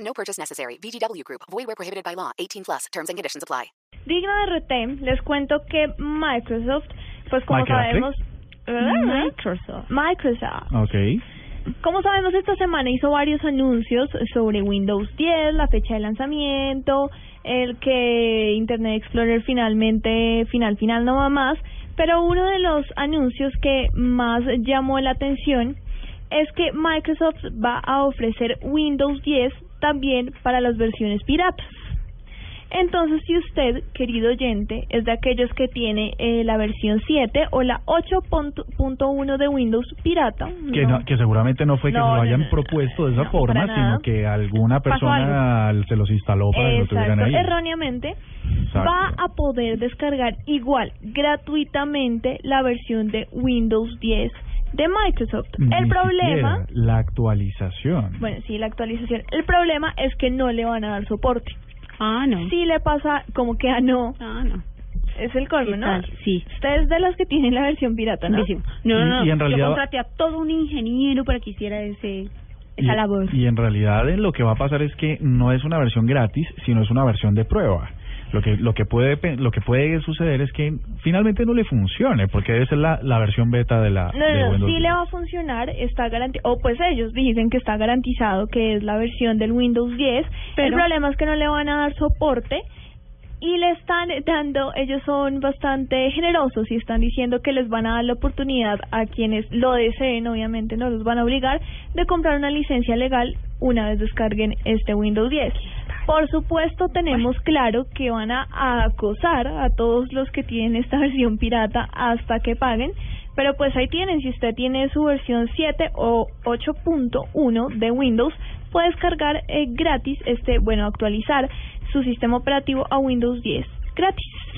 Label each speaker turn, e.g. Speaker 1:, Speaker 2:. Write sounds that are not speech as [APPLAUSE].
Speaker 1: No purchase necessary. VGW Group. Void where prohibited by law. 18 plus. Terms and conditions apply.
Speaker 2: Digno de Retem, les cuento que Microsoft, pues como sabemos,
Speaker 3: Microsoft.
Speaker 2: Microsoft. Microsoft.
Speaker 3: Ok.
Speaker 2: Como sabemos, esta semana hizo varios anuncios sobre Windows 10, la fecha de lanzamiento, el que Internet Explorer finalmente, final, final no va más. Pero uno de los anuncios que más llamó la atención es que Microsoft va a ofrecer Windows 10 también para las versiones piratas. Entonces, si usted, querido oyente, es de aquellos que tiene eh, la versión 7 o la 8.1 de Windows pirata,
Speaker 3: Que, no- que seguramente no fue que
Speaker 2: No,
Speaker 3: se lo
Speaker 2: no,
Speaker 3: hayan
Speaker 2: no, no,
Speaker 3: propuesto de
Speaker 2: no, para
Speaker 3: esa forma,
Speaker 2: nada.
Speaker 3: sino que alguna
Speaker 2: Pasó
Speaker 3: persona se los instaló para que lo tuvieran
Speaker 2: Exacto,
Speaker 3: ahí.
Speaker 2: erróneamente
Speaker 3: Exacto.
Speaker 2: va a poder descargar igual gratuitamente la versión de Windows 10 de Microsoft.
Speaker 3: Ni
Speaker 2: el problema,
Speaker 3: siquiera la actualización.
Speaker 2: bueno, sí, la actualización. El problema es que no le van a dar soporte.
Speaker 4: Ah, no.
Speaker 2: Si le pasa como que a no,
Speaker 4: Ah, no.
Speaker 2: es el colmo, ¿no?
Speaker 4: Total, sí.
Speaker 2: Ustedes de los que tienen la versión pirata, ¿no?
Speaker 4: Pésimo. No, no,
Speaker 3: Y-
Speaker 4: no.
Speaker 3: y en realidad-
Speaker 4: Yo contraté a todo un ingeniero para que hiciera ese, esa
Speaker 3: y,
Speaker 4: labor.
Speaker 3: y en realidad eh, lo que va a pasar es que no es una versión gratis, sino es una versión de prueba. Lo que, lo que puede pe- lo que puede suceder es que finalmente no le funcione, porque debe ser la, la versión beta de la
Speaker 2: No,
Speaker 3: de
Speaker 2: no, no,
Speaker 3: Windows
Speaker 2: sí le
Speaker 3: 10.
Speaker 2: va a funcionar, está garantizado, o pues ellos dicen que está garantizado que es la versión del Windows 10, el
Speaker 4: Pero-
Speaker 2: problema es que no le van a dar soporte y le están dando, ellos son bastante generosos y están diciendo que les van a dar la oportunidad a quienes lo deseen, obviamente no los van a obligar, de comprar una licencia legal una vez descarguen este Windows 10. Por supuesto, tenemos claro que van a, a acosar a todos los que tienen esta [LAUGHS] versión pirata hasta que paguen, pero pues ahí tienen, si usted tiene su versión 7 o 8.1 de Windows, puede descargar eh, gratis, este, bueno, actualizar su sistema operativo a Windows 10 gratis.